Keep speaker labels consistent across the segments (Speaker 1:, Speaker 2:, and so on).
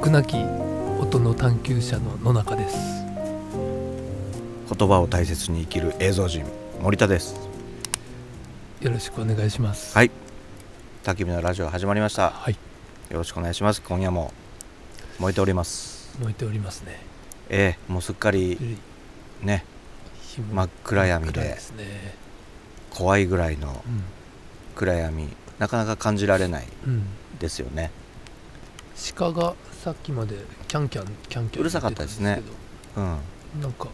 Speaker 1: くなき音の探求者の野中です
Speaker 2: 言葉を大切に生きる映像人森田です
Speaker 1: よろしくお願いします
Speaker 2: はい焚き火のラジオ始まりました
Speaker 1: はい
Speaker 2: よろしくお願いします今夜も燃えております
Speaker 1: 燃えておりますね
Speaker 2: ええもうすっかりね
Speaker 1: 日も
Speaker 2: 真っ暗闇
Speaker 1: 暗い
Speaker 2: です
Speaker 1: ね
Speaker 2: 怖いぐらいの暗闇なかなか感じられない
Speaker 1: うん、うん、
Speaker 2: ですよね
Speaker 1: 鹿がさっきまでキャンキャンキャンキャン
Speaker 2: うるさかったです
Speaker 1: 言
Speaker 2: ね
Speaker 1: てたんで
Speaker 2: うん
Speaker 1: すけどなんか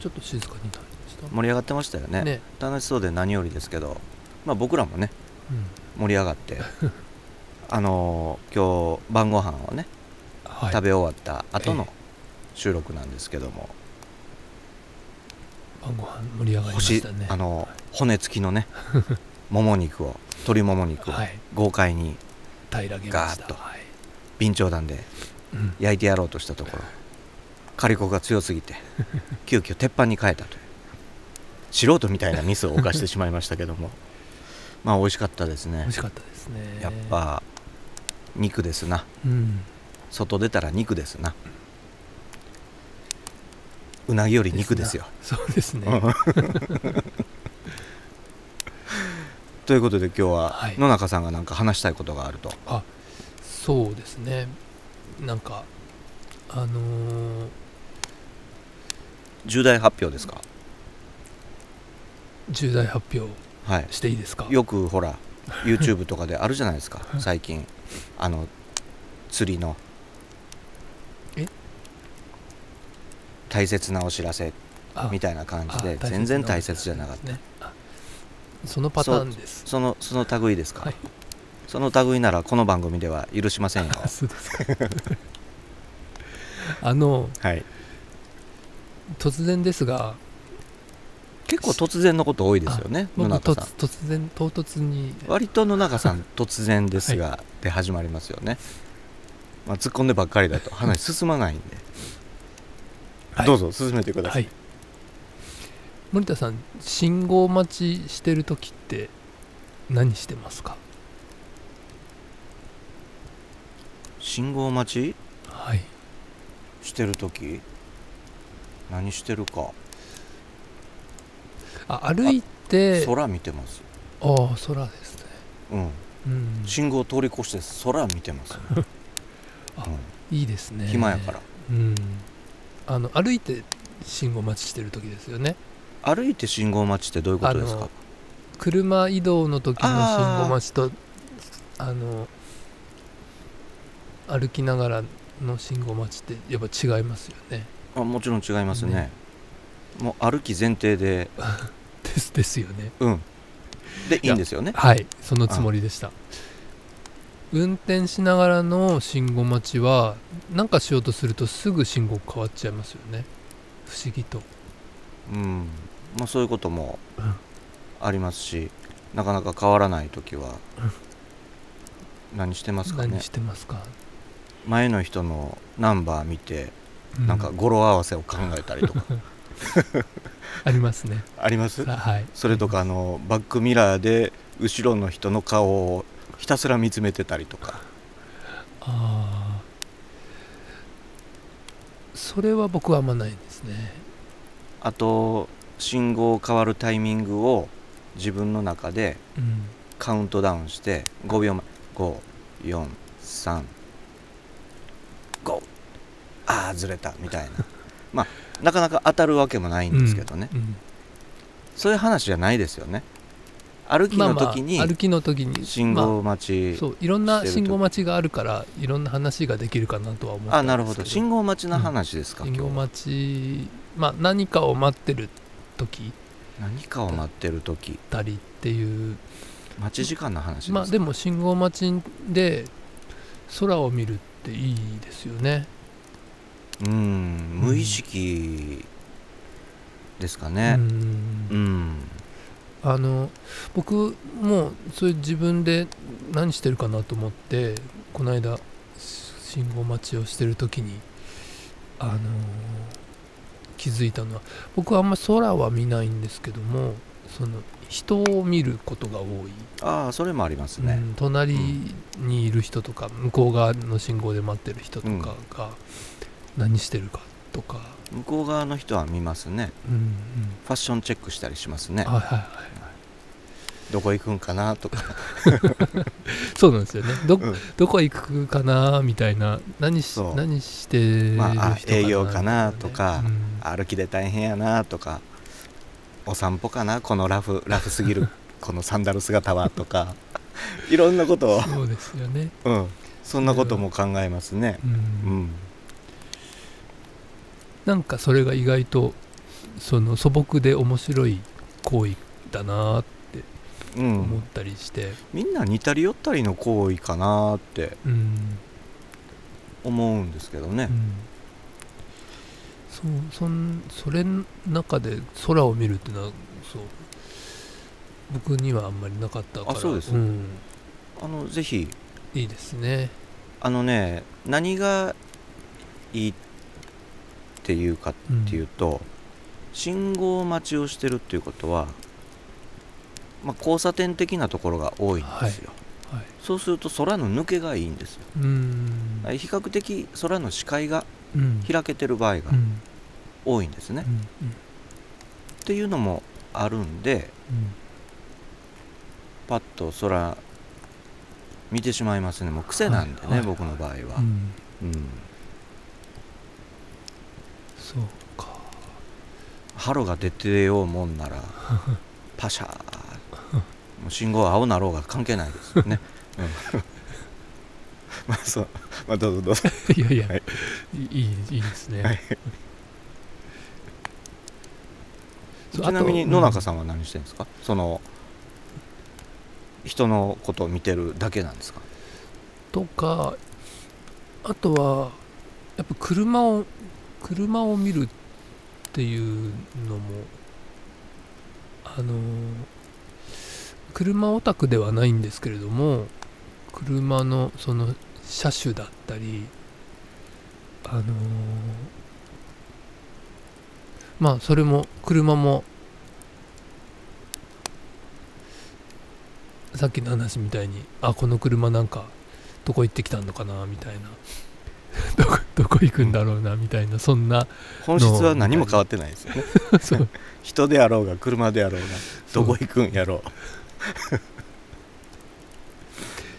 Speaker 1: ちょっと静かになりました
Speaker 2: 盛り上がってましたよね
Speaker 1: ね
Speaker 2: 楽しそうで何よりですけどまあ僕らもね
Speaker 1: うん、
Speaker 2: 盛り上がって あのー今日晩ご飯をね
Speaker 1: はい
Speaker 2: 食べ終わった後の
Speaker 1: え
Speaker 2: 収録なんですけども、
Speaker 1: 晩ご飯盛り上がりまし
Speaker 2: 星
Speaker 1: たね
Speaker 2: あの骨付き のねもも肉を鶏もも肉を
Speaker 1: はい
Speaker 2: 豪快に
Speaker 1: 平らげました
Speaker 2: ガーッと
Speaker 1: はい
Speaker 2: 備長炭で
Speaker 1: うん、
Speaker 2: 焼いてやろうとしたところ火力が強すぎて 急遽鉄板に変えたという素人みたいなミスを犯してしまいましたけど もまあ美味しかったです
Speaker 1: 美
Speaker 2: ね
Speaker 1: 味しかったですね
Speaker 2: やっぱ肉ですな
Speaker 1: うん
Speaker 2: 外出たら肉ですなうなぎより肉ですよ
Speaker 1: そうですね、
Speaker 2: ということで今日は
Speaker 1: はい
Speaker 2: 野中さんが何か話したいことがあると、
Speaker 1: そうですねなんかあのー
Speaker 2: 重大発表ですか
Speaker 1: 重大発表
Speaker 2: はい
Speaker 1: していいですか
Speaker 2: よくほら YouTube とかであるじゃないですか最近あの釣りの
Speaker 1: え
Speaker 2: 大切なお知らせ
Speaker 1: あ
Speaker 2: みたいな感じで
Speaker 1: あ
Speaker 2: 全然大切じゃなかった、
Speaker 1: 大切なお知らせですねあそのパターンです
Speaker 2: そのその類ですか、
Speaker 1: はい
Speaker 2: その類ならこの番組では許しませんよ
Speaker 1: そうですかあの
Speaker 2: はい
Speaker 1: 突然ですが
Speaker 2: 結構突然のこと多いですよね野
Speaker 1: 僕
Speaker 2: 中
Speaker 1: 突
Speaker 2: さん
Speaker 1: 突然唐突に
Speaker 2: 割と野中さん突然ですが、で始まりますよね、まあ、突っ込んでばっかりだと話進まないんで、
Speaker 1: はい
Speaker 2: どうぞ進めてくださ、
Speaker 1: はいい森田さん信号待ちしてる時って何してますか
Speaker 2: 信号待
Speaker 1: はい
Speaker 2: ちしてる時何してるか、
Speaker 1: あ歩いて
Speaker 2: 空見てます
Speaker 1: ああ空ですね
Speaker 2: うん
Speaker 1: うん
Speaker 2: 信号通り越して空見てます、
Speaker 1: あ
Speaker 2: う
Speaker 1: いいですね
Speaker 2: ん、暇やから
Speaker 1: うんあの歩いて信号待ちしてる時ですよね
Speaker 2: 歩いて信号待ちってどういうことです
Speaker 1: あ
Speaker 2: か
Speaker 1: の車移動の時の信号待ちとあの歩きながらの信号待ちってやっぱ違いますよね
Speaker 2: あもちろん違いますね
Speaker 1: ね
Speaker 2: もう歩き前提で
Speaker 1: ですですよね
Speaker 2: うんでいいんですよね
Speaker 1: はいそのつもりでした運転しながらの信号待ちは何かしようとするとすぐ信号変わっちゃいますよね不思議と
Speaker 2: うんまあ、そういうことも
Speaker 1: うん
Speaker 2: ありますし、なかなか変わらない時は何してますかね
Speaker 1: 何してますか、
Speaker 2: 前の人のナンバー見て
Speaker 1: う
Speaker 2: なんか語呂合わせを考えたりとか
Speaker 1: ありますね
Speaker 2: あります
Speaker 1: はい
Speaker 2: それとかあのバックミラーで後ろの人の顔をひたすら見つめてたりとか
Speaker 1: ああそれは僕はあんまないですね
Speaker 2: あと信号変わるタイミングを自分の中で
Speaker 1: うん
Speaker 2: カウントダウンして5秒前543ああずれたみたいな まあなかなか当たるわけもないんですけどね、
Speaker 1: うんうん
Speaker 2: そういう話じゃないですよね歩き
Speaker 1: まあ
Speaker 2: の
Speaker 1: まあ
Speaker 2: 時に
Speaker 1: 歩きの時に
Speaker 2: 信
Speaker 1: ま
Speaker 2: 号待
Speaker 1: あ
Speaker 2: ち、
Speaker 1: そういろんな
Speaker 2: してる
Speaker 1: 信
Speaker 2: と
Speaker 1: 号待ちがあるからいろんな話ができるかなとは思
Speaker 2: あ
Speaker 1: っ
Speaker 2: あ
Speaker 1: て
Speaker 2: なるほど信号待ちの
Speaker 1: うん
Speaker 2: 話ですか、
Speaker 1: 信
Speaker 2: 今
Speaker 1: 号
Speaker 2: 日は
Speaker 1: 待ちまあ何かを待ってる時
Speaker 2: 何かを待ってる時
Speaker 1: たりっていう
Speaker 2: 待ち時間の話ですか、
Speaker 1: まあでも信号待ちで空を見るっていいですよね
Speaker 2: うん無意識ですか
Speaker 1: う
Speaker 2: ね
Speaker 1: ん
Speaker 2: うん、
Speaker 1: あの僕もうそういう自分で何してるかなと思ってこの間し信号待ちをしてる時にあのー気づいたのは僕はあんま空は見ないんですけどもその人を見ることが多い、
Speaker 2: ああそれもあります
Speaker 1: う
Speaker 2: ね、
Speaker 1: ん、隣にいる人とか向こう側の信号で待ってる人とかが何してるかとか、
Speaker 2: 向こう側の人は見ますね
Speaker 1: うんうん
Speaker 2: ファッションチェックしたりしますね
Speaker 1: はいはいはい
Speaker 2: どこ行くんかなとか、
Speaker 1: そうなんですよねど,、
Speaker 2: うん
Speaker 1: どこ行くかなみたいな何し
Speaker 2: そう
Speaker 1: 何してる人
Speaker 2: ま
Speaker 1: かな、
Speaker 2: ああ営業かなとか
Speaker 1: うん
Speaker 2: 歩きで大変やなとかお散歩かなこの ラフラフすぎるこのサンダル姿はとかいろんなことを、
Speaker 1: そうですよね、
Speaker 2: うん、そんなことも考えますね
Speaker 1: うん
Speaker 2: うん
Speaker 1: なんかそれが意外とその素朴で面白い行為だなって
Speaker 2: う
Speaker 1: 思っ
Speaker 2: ん、
Speaker 1: たりして、
Speaker 2: みんな似たり寄ったりの行為かなって
Speaker 1: うん
Speaker 2: 思うんですけど
Speaker 1: う
Speaker 2: ね、
Speaker 1: んそうそんそれの中で空を見るってのはそう僕にはあんまりなかったから
Speaker 2: あそうです
Speaker 1: ん、
Speaker 2: あのぜひ
Speaker 1: いいですね
Speaker 2: あのね何がいいっていうかっていうと、信号待ちをしてるっていうことは、まあ、交差点的なところが多いんですよ、
Speaker 1: はいはい
Speaker 2: そうすると空の抜けがいいんですよ、
Speaker 1: うん、
Speaker 2: はい比較的空の視界が
Speaker 1: うん
Speaker 2: 開けてる場合が
Speaker 1: うん
Speaker 2: 多いんですね、
Speaker 1: うん
Speaker 2: っていうのもあるんでパッと空見てしまいますねもう癖なんでね、
Speaker 1: はいはい
Speaker 2: 僕の場合は、
Speaker 1: うんうん
Speaker 2: うん
Speaker 1: そうか
Speaker 2: ハロが出てようもんならパシャーもう信号青なろうが関係ないですよね、うんまあそうまあどうぞどうぞ
Speaker 1: いやいや、
Speaker 2: はい
Speaker 1: い、いいいですね、
Speaker 2: はい
Speaker 1: そう
Speaker 2: ちなみ
Speaker 1: あ
Speaker 2: に
Speaker 1: と
Speaker 2: 野中さんは何してるんですか、その人のことを見てるだけなんですか
Speaker 1: とかあとはやっぱ車を車を見るっていうのもあの車オタクではないんですけれども車のその車種だったりあのまあそれも車もさっきの話みたいにあこの車なんかどこ行ってきたのかなみたいな どこどこ行くんだろうなみたいなそん な
Speaker 2: 本質は何も変わってないですよね
Speaker 1: そう
Speaker 2: 人であろうが車であろうがどこ行くんやろ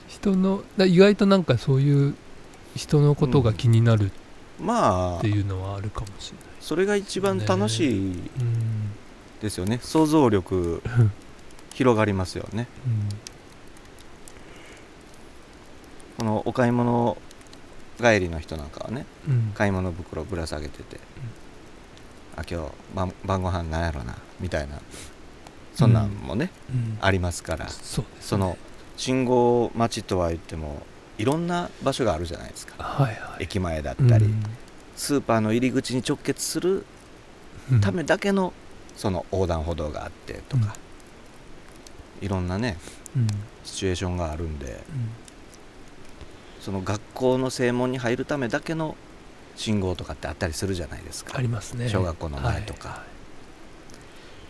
Speaker 1: 人のだ意外となんかそういう人のことが気になる
Speaker 2: うま
Speaker 1: っ
Speaker 2: あ
Speaker 1: ていうのはあるかもしれ
Speaker 2: それが一番楽しい
Speaker 1: ない、
Speaker 2: ですよね想像力
Speaker 1: うんうん
Speaker 2: 広がりますよねこのお買い物帰りの人なんかはね
Speaker 1: うん
Speaker 2: 買い物袋ぶら下げてて、あ今日晩晩ご飯なんやろなみたいなそんなんもね、
Speaker 1: うん
Speaker 2: ありますから
Speaker 1: そうですね
Speaker 2: その信号待ちとは言ってもいろんな場所があるじゃないですか
Speaker 1: はいはい
Speaker 2: 駅前だったり、
Speaker 1: うん
Speaker 2: スーパーの入り口に直結する
Speaker 1: うん
Speaker 2: ためだけのその横断歩道があってとか、いろんなね
Speaker 1: うんうん
Speaker 2: シチュエーションがあるんでその学校の正門に入るためだけの信号とかってあったりするじゃないですか
Speaker 1: ありますね
Speaker 2: 小学校の前とか、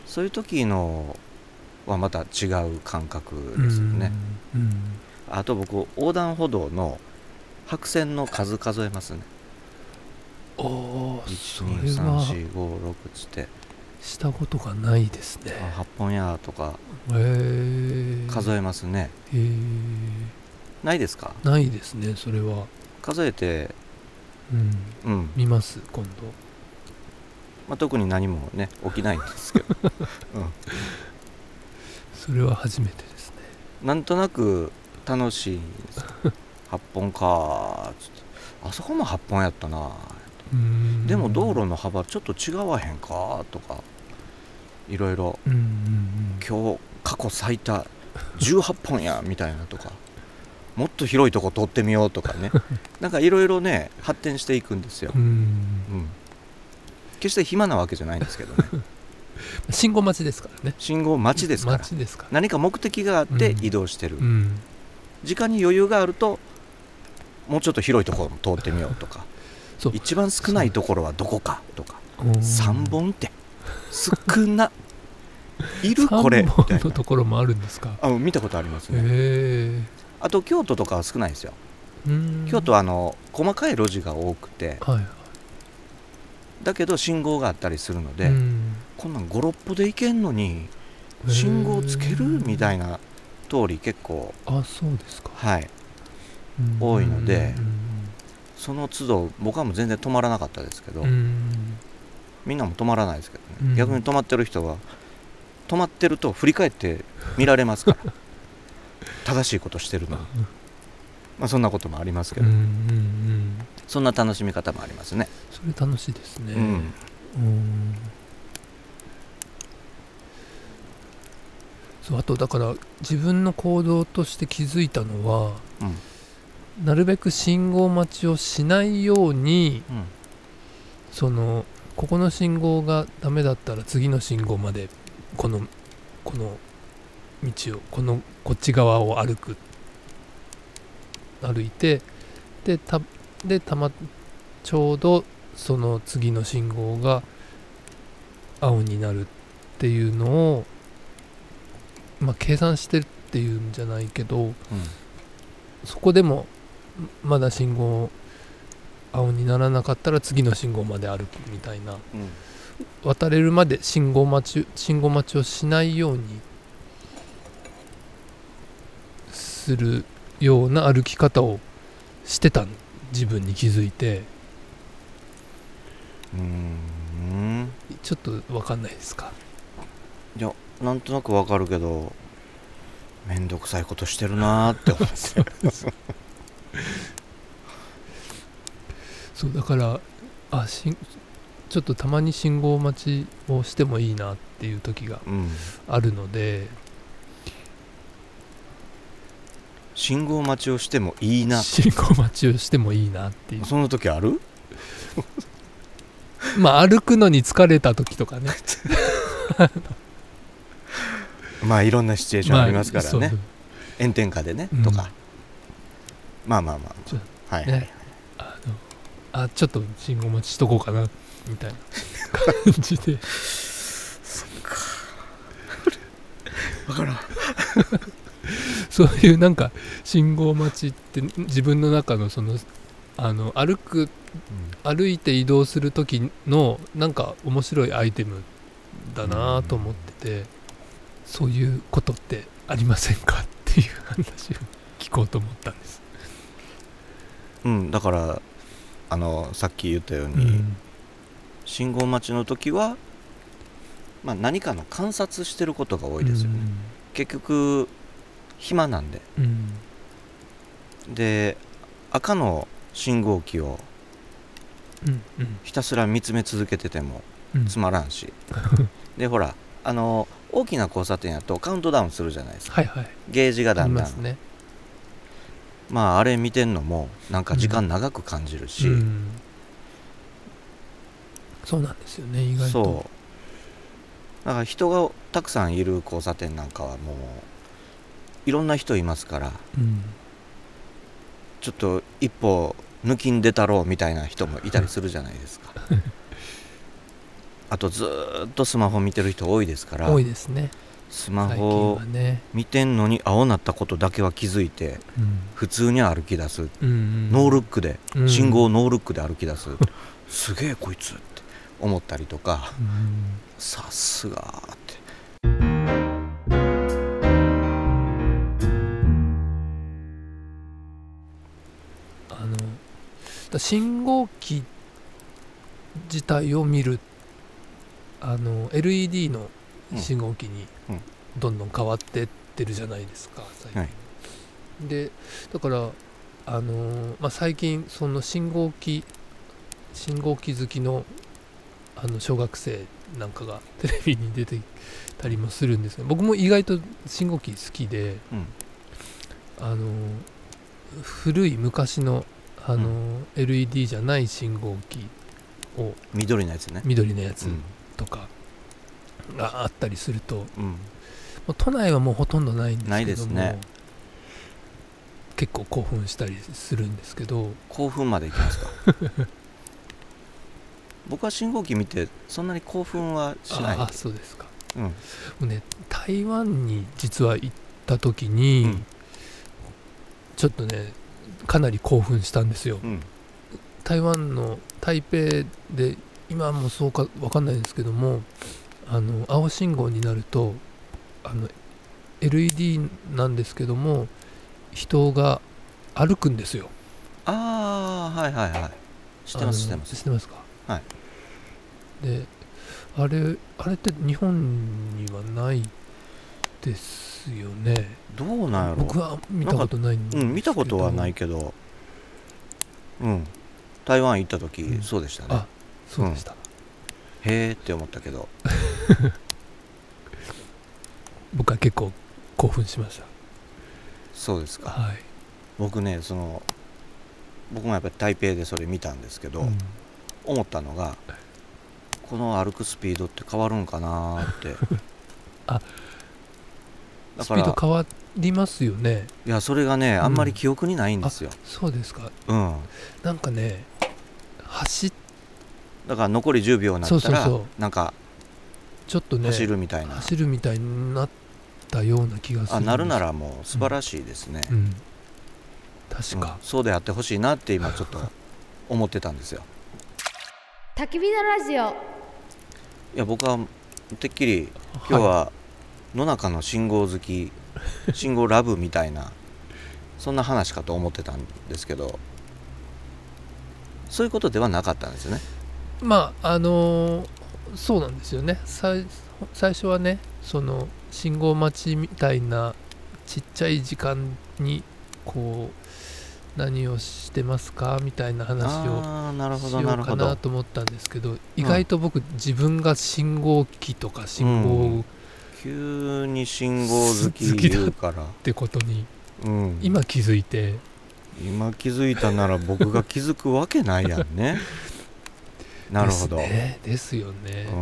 Speaker 2: そういう時のはまた違う感覚
Speaker 1: はいはい
Speaker 2: ですよね、
Speaker 1: うんうん
Speaker 2: あと僕横断歩道の白線の数数えますね
Speaker 1: おーそれは
Speaker 2: 12345つって
Speaker 1: したことがないですね
Speaker 2: あ8本やとか
Speaker 1: へえ
Speaker 2: 数えますね、
Speaker 1: へえ
Speaker 2: ないですか
Speaker 1: ないですねそれは
Speaker 2: 数えて、
Speaker 1: うん
Speaker 2: うん
Speaker 1: 見ます今度
Speaker 2: まあ、特に何もね起きないんですけど
Speaker 1: それは初めてですね
Speaker 2: なんとなく楽しいんです8本かーっつってあそこも8本やったな
Speaker 1: うん
Speaker 2: でも道路の幅ちょっと違わへんかーとかいろいろ
Speaker 1: うんうん
Speaker 2: 今日過去最多18本やみたいなとかもっと広いとこ通ってみようとかねなんかいろいろね発展していくんですよ
Speaker 1: う、ん
Speaker 2: うん、決して暇なわけじゃないんですけどね
Speaker 1: 信号待ちですからね
Speaker 2: 信号 待ちですから
Speaker 1: 街ですから
Speaker 2: 何か目的があって
Speaker 1: うん
Speaker 2: 移動してる、
Speaker 1: うん
Speaker 2: 時間に余裕があるともうちょっと広いところも通ってみようとか
Speaker 1: そう
Speaker 2: 一番少ないところはどこかとか
Speaker 1: うん
Speaker 2: 3本って少ないるこれみ
Speaker 1: 3
Speaker 2: たい
Speaker 1: 本のところもあるんですか
Speaker 2: なあ見たことありますね
Speaker 1: へ
Speaker 2: あと京都とかは少ないんですよ
Speaker 1: えうん
Speaker 2: 京都はあの細かい路地が多くて
Speaker 1: はい
Speaker 2: だけど信号があったりするので、
Speaker 1: うん
Speaker 2: こんなん56歩で行けんのに信号つけるみた
Speaker 1: い
Speaker 2: いな通り結構
Speaker 1: あそうですか、
Speaker 2: はい
Speaker 1: うん
Speaker 2: 多いので
Speaker 1: うん
Speaker 2: その都度僕はもう全然止まらなかったですけど、
Speaker 1: うん
Speaker 2: みんなも止まらないですけどね、
Speaker 1: うん
Speaker 2: 逆に止まってる人は止まってると振り返って見られますから 正しいことしてるのに、まあ、そんなこともありますけ
Speaker 1: うんう
Speaker 2: ど、
Speaker 1: んうん
Speaker 2: そんな楽しみ方もありますね、
Speaker 1: それ楽しいですね、
Speaker 2: うん、
Speaker 1: うんそうあとだから自分の行動として気づいたのは、なるべく信号待ちをしないように
Speaker 2: うん
Speaker 1: そのここの信号がダメだったら次の信号までこのこの道をこのこっち側を歩く歩いてでたでたまちょうどその次の信号が青になるっていうのをまあ計算してるっていうんじゃないけどそこでもまだ信号青にならなかったら次の信号まで歩くみたいな
Speaker 2: うんうん
Speaker 1: 渡れるまで信号待ち信号待ちをしないようにするような歩き方をしてた自分に気づいて
Speaker 2: うーん
Speaker 1: ちょっと分かんないですか
Speaker 2: いやなんとなくわかるけどめんどくさいことしてるなーって思って
Speaker 1: そうだからあしんちょっとたまに信号待ちをしてもいいなっていう時が
Speaker 2: うん
Speaker 1: あるので
Speaker 2: 信号待ちをしてもいいな
Speaker 1: 信号待ちをしてもいいなっていう
Speaker 2: そんな時ある
Speaker 1: まあ歩くのに疲れた時とか ね
Speaker 2: まあいろんなシチュエーションありますからね、
Speaker 1: そう
Speaker 2: 炎天下でね、
Speaker 1: うん
Speaker 2: とかまあまあま
Speaker 1: そう
Speaker 2: あはい、
Speaker 1: ねあのあちょっと信号待ちしとこうかなみたいな感じで
Speaker 2: 分からん
Speaker 1: そういうなんか信号待ちって自分の中のそのあの歩く歩いて移動する時のなんか面白いアイテムだなと思ってて、そういうことってありませんかっていう話を聞こうと思ったんです。
Speaker 2: うん、だからあのさっき言ったように、
Speaker 1: うん
Speaker 2: 信号待ちの時は、まあ、何かの観察してることが多いですよね、結局暇なんで
Speaker 1: うんうん
Speaker 2: で赤の信号機を
Speaker 1: うんうん
Speaker 2: ひたすら見つめ続けてても
Speaker 1: うん
Speaker 2: つまら んし、でほらあの大きな交差点やとカウントダウンするじゃないですか
Speaker 1: はいはい
Speaker 2: ゲージがだ
Speaker 1: あり
Speaker 2: んだ
Speaker 1: ま
Speaker 2: ん
Speaker 1: すね。
Speaker 2: まああれ見てんのもなんか時間長く感じるし、
Speaker 1: うん、そうなんですよね意外と
Speaker 2: そうだから人がたくさんいる交差点なんかはもういろんな人いますから
Speaker 1: うん、
Speaker 2: ちょっと一歩抜きん出たろうみたいな人もいたりするじゃないで すかあとずーっとスマホ見てる人多いですから
Speaker 1: 多いですね
Speaker 2: スマ
Speaker 1: 最近
Speaker 2: ホ
Speaker 1: はね、
Speaker 2: 見てんのに青なったことだけは気づいて
Speaker 1: うん
Speaker 2: 普通に歩き出
Speaker 1: う
Speaker 2: す
Speaker 1: んうん
Speaker 2: ノールックで、
Speaker 1: うん
Speaker 2: 信号をノールックで歩き出すすげえこいつって思ったりとか
Speaker 1: うん
Speaker 2: さすがーって
Speaker 1: あのだ信号機自体を見るあの LED の信号機に
Speaker 2: うんうん
Speaker 1: どんどん変わってってるじゃないですか最近、
Speaker 2: はい
Speaker 1: でだからあの、まあ、最近その信号機信号機好きのあの小学生なんかがテレビに出てたりもするんですけど僕も意外と信号機好きで、
Speaker 2: うん
Speaker 1: あの古い昔のあの、
Speaker 2: う
Speaker 1: LED じゃない信号機を
Speaker 2: 緑のやつね
Speaker 1: 緑のやつ
Speaker 2: うん
Speaker 1: とかがあったりすると、
Speaker 2: うん
Speaker 1: まあ都内はもうほとんどないんですけども
Speaker 2: ないですね
Speaker 1: 結構興奮したりするんですけど
Speaker 2: 興奮までいきますか 僕は信号機見てそんなに興奮はしない
Speaker 1: ああそうですか、
Speaker 2: うん
Speaker 1: もうね台湾に実は行った時に、
Speaker 2: うん
Speaker 1: ちょっとねかなり興奮したんですよ
Speaker 2: うん
Speaker 1: 台湾の台北で今もそうかわかんないんですけどもあの青信号になるとあの LED なんですけども人が歩くんですよ
Speaker 2: ああはいはいはい知ってます知っ
Speaker 1: あ
Speaker 2: て
Speaker 1: の
Speaker 2: ます
Speaker 1: 知ってますか
Speaker 2: はい
Speaker 1: であれあれって日本にはないですよね
Speaker 2: どうなんやろ
Speaker 1: 僕は見たことないんですけ
Speaker 2: う
Speaker 1: ど
Speaker 2: ん見たことはないけどうん台湾行った時、
Speaker 1: うん
Speaker 2: そうでしたね
Speaker 1: あそうでした、
Speaker 2: へえって思ったけど
Speaker 1: 僕は結構興奮しまし
Speaker 2: そうです
Speaker 1: た
Speaker 2: か
Speaker 1: はい
Speaker 2: 僕ねその僕もやっぱり台北でそれ見たんですけど、
Speaker 1: うん
Speaker 2: 思ったのがこの歩くスピードって変わるんかなーって
Speaker 1: あ
Speaker 2: だ
Speaker 1: スピ
Speaker 2: か
Speaker 1: ード
Speaker 2: ら
Speaker 1: 変わりますよね
Speaker 2: いやそれがねあんまり
Speaker 1: うん
Speaker 2: 記憶にないんですよ、
Speaker 1: そうですか
Speaker 2: うん
Speaker 1: なんかね走っ
Speaker 2: だから残り10秒になったら
Speaker 1: そうそうそ
Speaker 2: なんか
Speaker 1: ちょっとね
Speaker 2: 走るみたいな、
Speaker 1: 走るみたいになったような気がする
Speaker 2: あ
Speaker 1: んです
Speaker 2: なるならもう素晴らしいですね、
Speaker 1: うん確
Speaker 2: う
Speaker 1: か
Speaker 2: ん、そうであってほしいなって今ちょっと思ってたんですよ
Speaker 3: 焚き火のラジオ
Speaker 2: いや僕はてっきり今日は野中の信号好き信号ラブみたいなそんな話かと思ってたんですけどそういうことではなかったんですよね
Speaker 1: まああのーそうなんですよね最最初はねその信号待ちみたいなちっちゃい時間にこう何をしてますかみたいな話を
Speaker 2: ああなるほ
Speaker 1: し
Speaker 2: ど
Speaker 1: よ
Speaker 2: な
Speaker 1: う
Speaker 2: る
Speaker 1: か
Speaker 2: ほ
Speaker 1: な
Speaker 2: ど
Speaker 1: と思ったんですけど意外と僕自分が信号機とか信号っ
Speaker 2: 急に信号好き
Speaker 1: 好きだ
Speaker 2: 言うから、
Speaker 1: てことに
Speaker 2: うん、
Speaker 1: 今気づいて
Speaker 2: 今気づいたなら僕が気づくわけないやん ねなるほど、
Speaker 1: ですねですよね
Speaker 2: う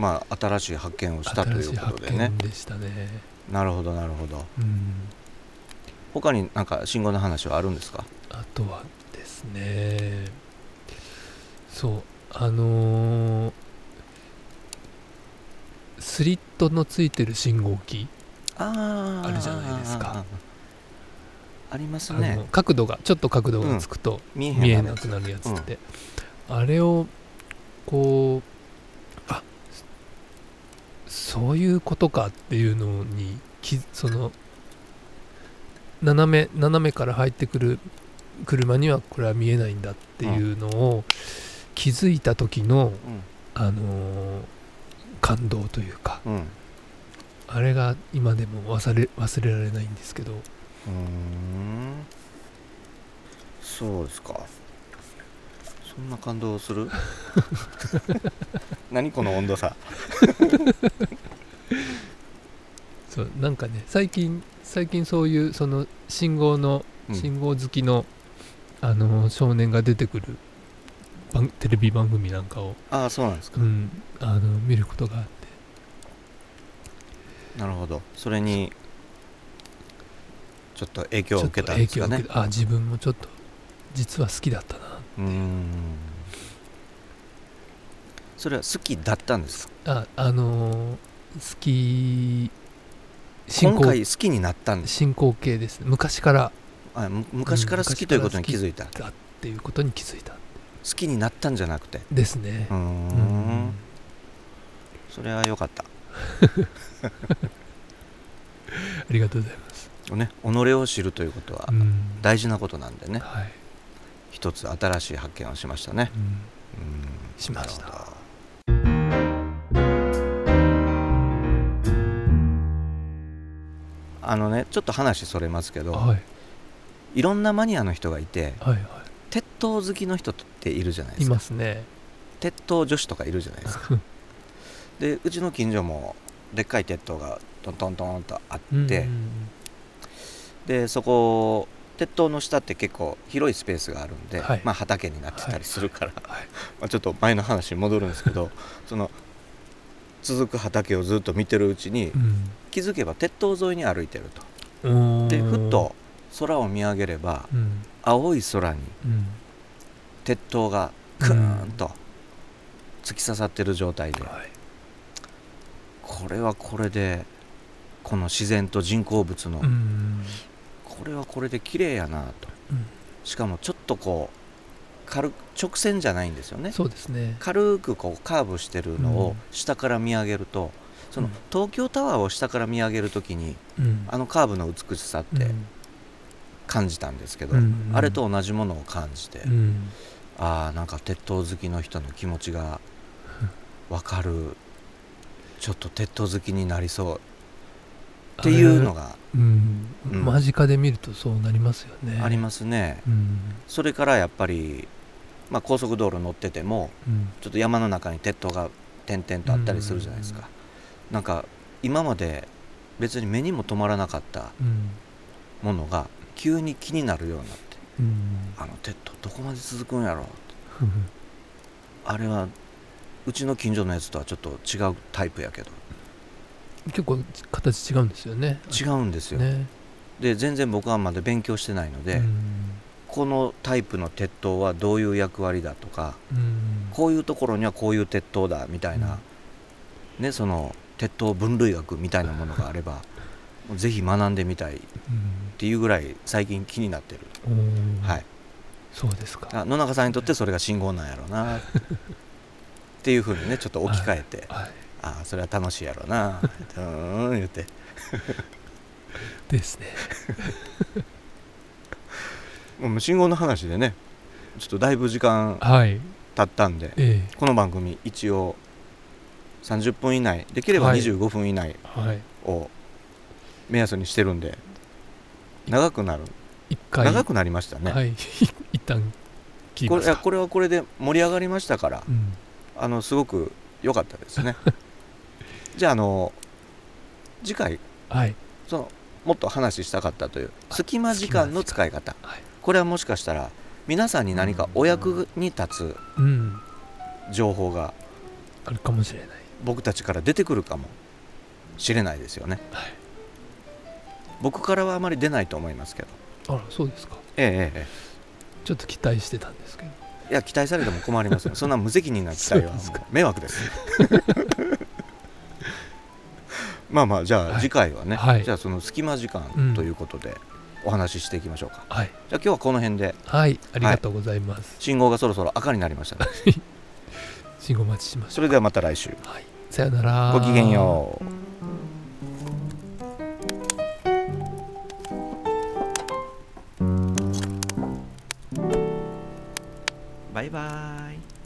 Speaker 2: ん、まあ新しい発見をしたと
Speaker 1: 新
Speaker 2: い
Speaker 1: し
Speaker 2: う
Speaker 1: い
Speaker 2: こと
Speaker 1: 発
Speaker 2: でね
Speaker 1: 見でしたね
Speaker 2: なるほどなるほど
Speaker 1: うん
Speaker 2: 他になんか信号の話はあるんですか
Speaker 1: あとはですねそうあのースリットのついてる信号機、
Speaker 2: あー
Speaker 1: あるじゃないですか
Speaker 2: あります
Speaker 1: あ
Speaker 2: ね
Speaker 1: の角度がちょっと角度がつくと
Speaker 2: 見えへん
Speaker 1: 見え
Speaker 2: な
Speaker 1: なくなるやつって、あれをこうあそういうことかっていうのにきその斜め斜めから入ってくる車にはこれは見えないんだっていうのを気づいた時の、あのー感動というか
Speaker 2: うんうんう
Speaker 1: あれが今でも忘れ忘れられないんですけど
Speaker 2: ーんそうですかそんな感動する 何この温度差
Speaker 1: そうなんかね最近最近そういうその信号の
Speaker 2: うん
Speaker 1: 信号好きの、あの少年が出てくる番テレビ番組なんかを、
Speaker 2: ああそうなんですか
Speaker 1: うん、あの見ることがあって
Speaker 2: なるほどそれにちょっと影
Speaker 1: ち
Speaker 2: 響
Speaker 1: ょ
Speaker 2: を
Speaker 1: っ
Speaker 2: 受
Speaker 1: と
Speaker 2: けたんで
Speaker 1: 影
Speaker 2: す
Speaker 1: 響
Speaker 2: か
Speaker 1: を受け
Speaker 2: ね
Speaker 1: た、あ自分もちょっと実は好きだったな
Speaker 2: うーんそれは好きだったんですか
Speaker 1: ああのー好き進
Speaker 2: 今
Speaker 1: 行
Speaker 2: 回好きになったんです
Speaker 1: 進行形ですね昔から
Speaker 2: あむ昔から好きということに気づいた、好
Speaker 1: だっていうことに気づいた
Speaker 2: きになったんじゃなくて
Speaker 1: ですね
Speaker 2: うー、ん
Speaker 1: うん
Speaker 2: それは良かった
Speaker 1: ありがとうございます、
Speaker 2: ね己を知るということは
Speaker 1: うん
Speaker 2: 大事なことなんでね
Speaker 1: はい、
Speaker 2: 一つ新しい発見をしましたね
Speaker 1: うん
Speaker 2: うん
Speaker 1: しました
Speaker 2: なるほどあのねちょっと話それますけど
Speaker 1: はい
Speaker 2: いろんなマニアの人がいて
Speaker 1: はいはい
Speaker 2: 鉄塔好きの人っているじゃないで
Speaker 1: い
Speaker 2: すか
Speaker 1: ますね
Speaker 2: 鉄塔女子とかいるじゃないですかでうちの近所もでっかい鉄塔がトントントンとあって、
Speaker 1: うんうん
Speaker 2: でそこ鉄塔の下って結構広いスペースがあるんで、
Speaker 1: はい
Speaker 2: まあ、畑になってたりするから、
Speaker 1: はい
Speaker 2: まあちょっと前の話に戻るんですけどその続く畑をずっと見てるうちに気づけば鉄塔沿いに歩いてると
Speaker 1: うん
Speaker 2: でふっ、
Speaker 1: おー
Speaker 2: と空を見上げれば
Speaker 1: うん
Speaker 2: 青い空に
Speaker 1: うん、
Speaker 2: 鉄塔がクーンと突き刺さってる状態で
Speaker 1: はい、
Speaker 2: これはこれでこの自然と人工物の、
Speaker 1: うん
Speaker 2: これはこれで綺麗やなと、
Speaker 1: うん
Speaker 2: しかもちょっとこう軽く直線じゃないんですよね
Speaker 1: そうですね
Speaker 2: 軽くこうカーブしてるの
Speaker 1: う
Speaker 2: を
Speaker 1: ん
Speaker 2: 下から見上げると、その
Speaker 1: うん
Speaker 2: 東京タワーを下から見上げるときに
Speaker 1: うん
Speaker 2: あのカーブの美しさって感じたんですけど、
Speaker 1: うん
Speaker 2: あれと同じものを感じて、
Speaker 1: うん
Speaker 2: ああなんか鉄塔好きの人の気持ちがわかるちょっと鉄塔好きになりそうっていうのが
Speaker 1: うん
Speaker 2: うん
Speaker 1: 間近で見るとそうなりますよね
Speaker 2: ありますね、
Speaker 1: うん
Speaker 2: それからやっぱり、まあ、高速道路乗ってても
Speaker 1: うん
Speaker 2: ちょっと山の中に鉄塔が点々とあったりするじゃないですか、なんか今まで別に目にも留まらなかった
Speaker 1: うん
Speaker 2: ものが急に気になるようになって
Speaker 1: うん
Speaker 2: あの鉄塔どこまで続くんやろうってあれはうちの近所のやつとはちょっと違うタイプやけど
Speaker 1: 結構形違うんですよね
Speaker 2: 違うんですよ、
Speaker 1: ね
Speaker 2: で全然僕はまだ勉強してないので、
Speaker 1: うん
Speaker 2: このタイプの鉄塔はどういう役割だとか
Speaker 1: うん
Speaker 2: こういうところにはこういう鉄塔だみたいな、ねその鉄塔分類学みたいなものがあればぜひ学んでみたい
Speaker 1: う
Speaker 2: っ
Speaker 1: ん
Speaker 2: ていうぐらい最近気になってる、
Speaker 1: おー
Speaker 2: はい、
Speaker 1: そうですか
Speaker 2: あ野中さんにとってそれが信号なんやろうなっていうふうにねちょっと置き換えて
Speaker 1: はい
Speaker 2: ああそれは楽しいやろうなうーん言って
Speaker 1: ですね
Speaker 2: もう信号の話でねちょっとだいぶ時間
Speaker 1: はい
Speaker 2: 経ったんで
Speaker 1: ええ
Speaker 2: この番組一応30分以内できれば
Speaker 1: はい
Speaker 2: 25分以内
Speaker 1: はい
Speaker 2: を目安にしてるんで、長くなる
Speaker 1: 一回
Speaker 2: 長くなりましたね、
Speaker 1: はい 一旦切り
Speaker 2: こ
Speaker 1: ま
Speaker 2: れい
Speaker 1: す
Speaker 2: や
Speaker 1: か
Speaker 2: これはこれで盛り上がりましたから
Speaker 1: うん
Speaker 2: あのすごく良かったですね じゃああの次回
Speaker 1: はい
Speaker 2: そのもっと話したかったという隙間時間の使い方
Speaker 1: はい
Speaker 2: これはもしかしたら皆さんに何かお役に立つ
Speaker 1: うん
Speaker 2: 情報が
Speaker 1: あるかもしれない
Speaker 2: 僕たちから出てくるかもしれないですよね、
Speaker 1: はい
Speaker 2: 僕からはあまり出ないと思いますけど
Speaker 1: あらそうですか
Speaker 2: えええええ
Speaker 1: ちょっと期待してたんですけど
Speaker 2: えいや期待されても困りますよそんな無責任な期待
Speaker 1: そ
Speaker 2: は
Speaker 1: うで
Speaker 2: も
Speaker 1: すか
Speaker 2: う迷惑です まあまあじゃ
Speaker 1: は
Speaker 2: あ
Speaker 1: い
Speaker 2: 次回はね、
Speaker 1: はい
Speaker 2: じゃあその隙間時
Speaker 1: う
Speaker 2: 間
Speaker 1: ん
Speaker 2: ということでお話ししていきましょうか、
Speaker 1: はい
Speaker 2: じゃあ今日はこの辺で
Speaker 1: はいありがとうございます
Speaker 2: 信号がそろそろ赤になりま したね
Speaker 1: 信号待ちしまし
Speaker 2: そ
Speaker 1: ょ
Speaker 2: れではまた来週
Speaker 1: うはいさよなら
Speaker 2: ごきげんようバイバイ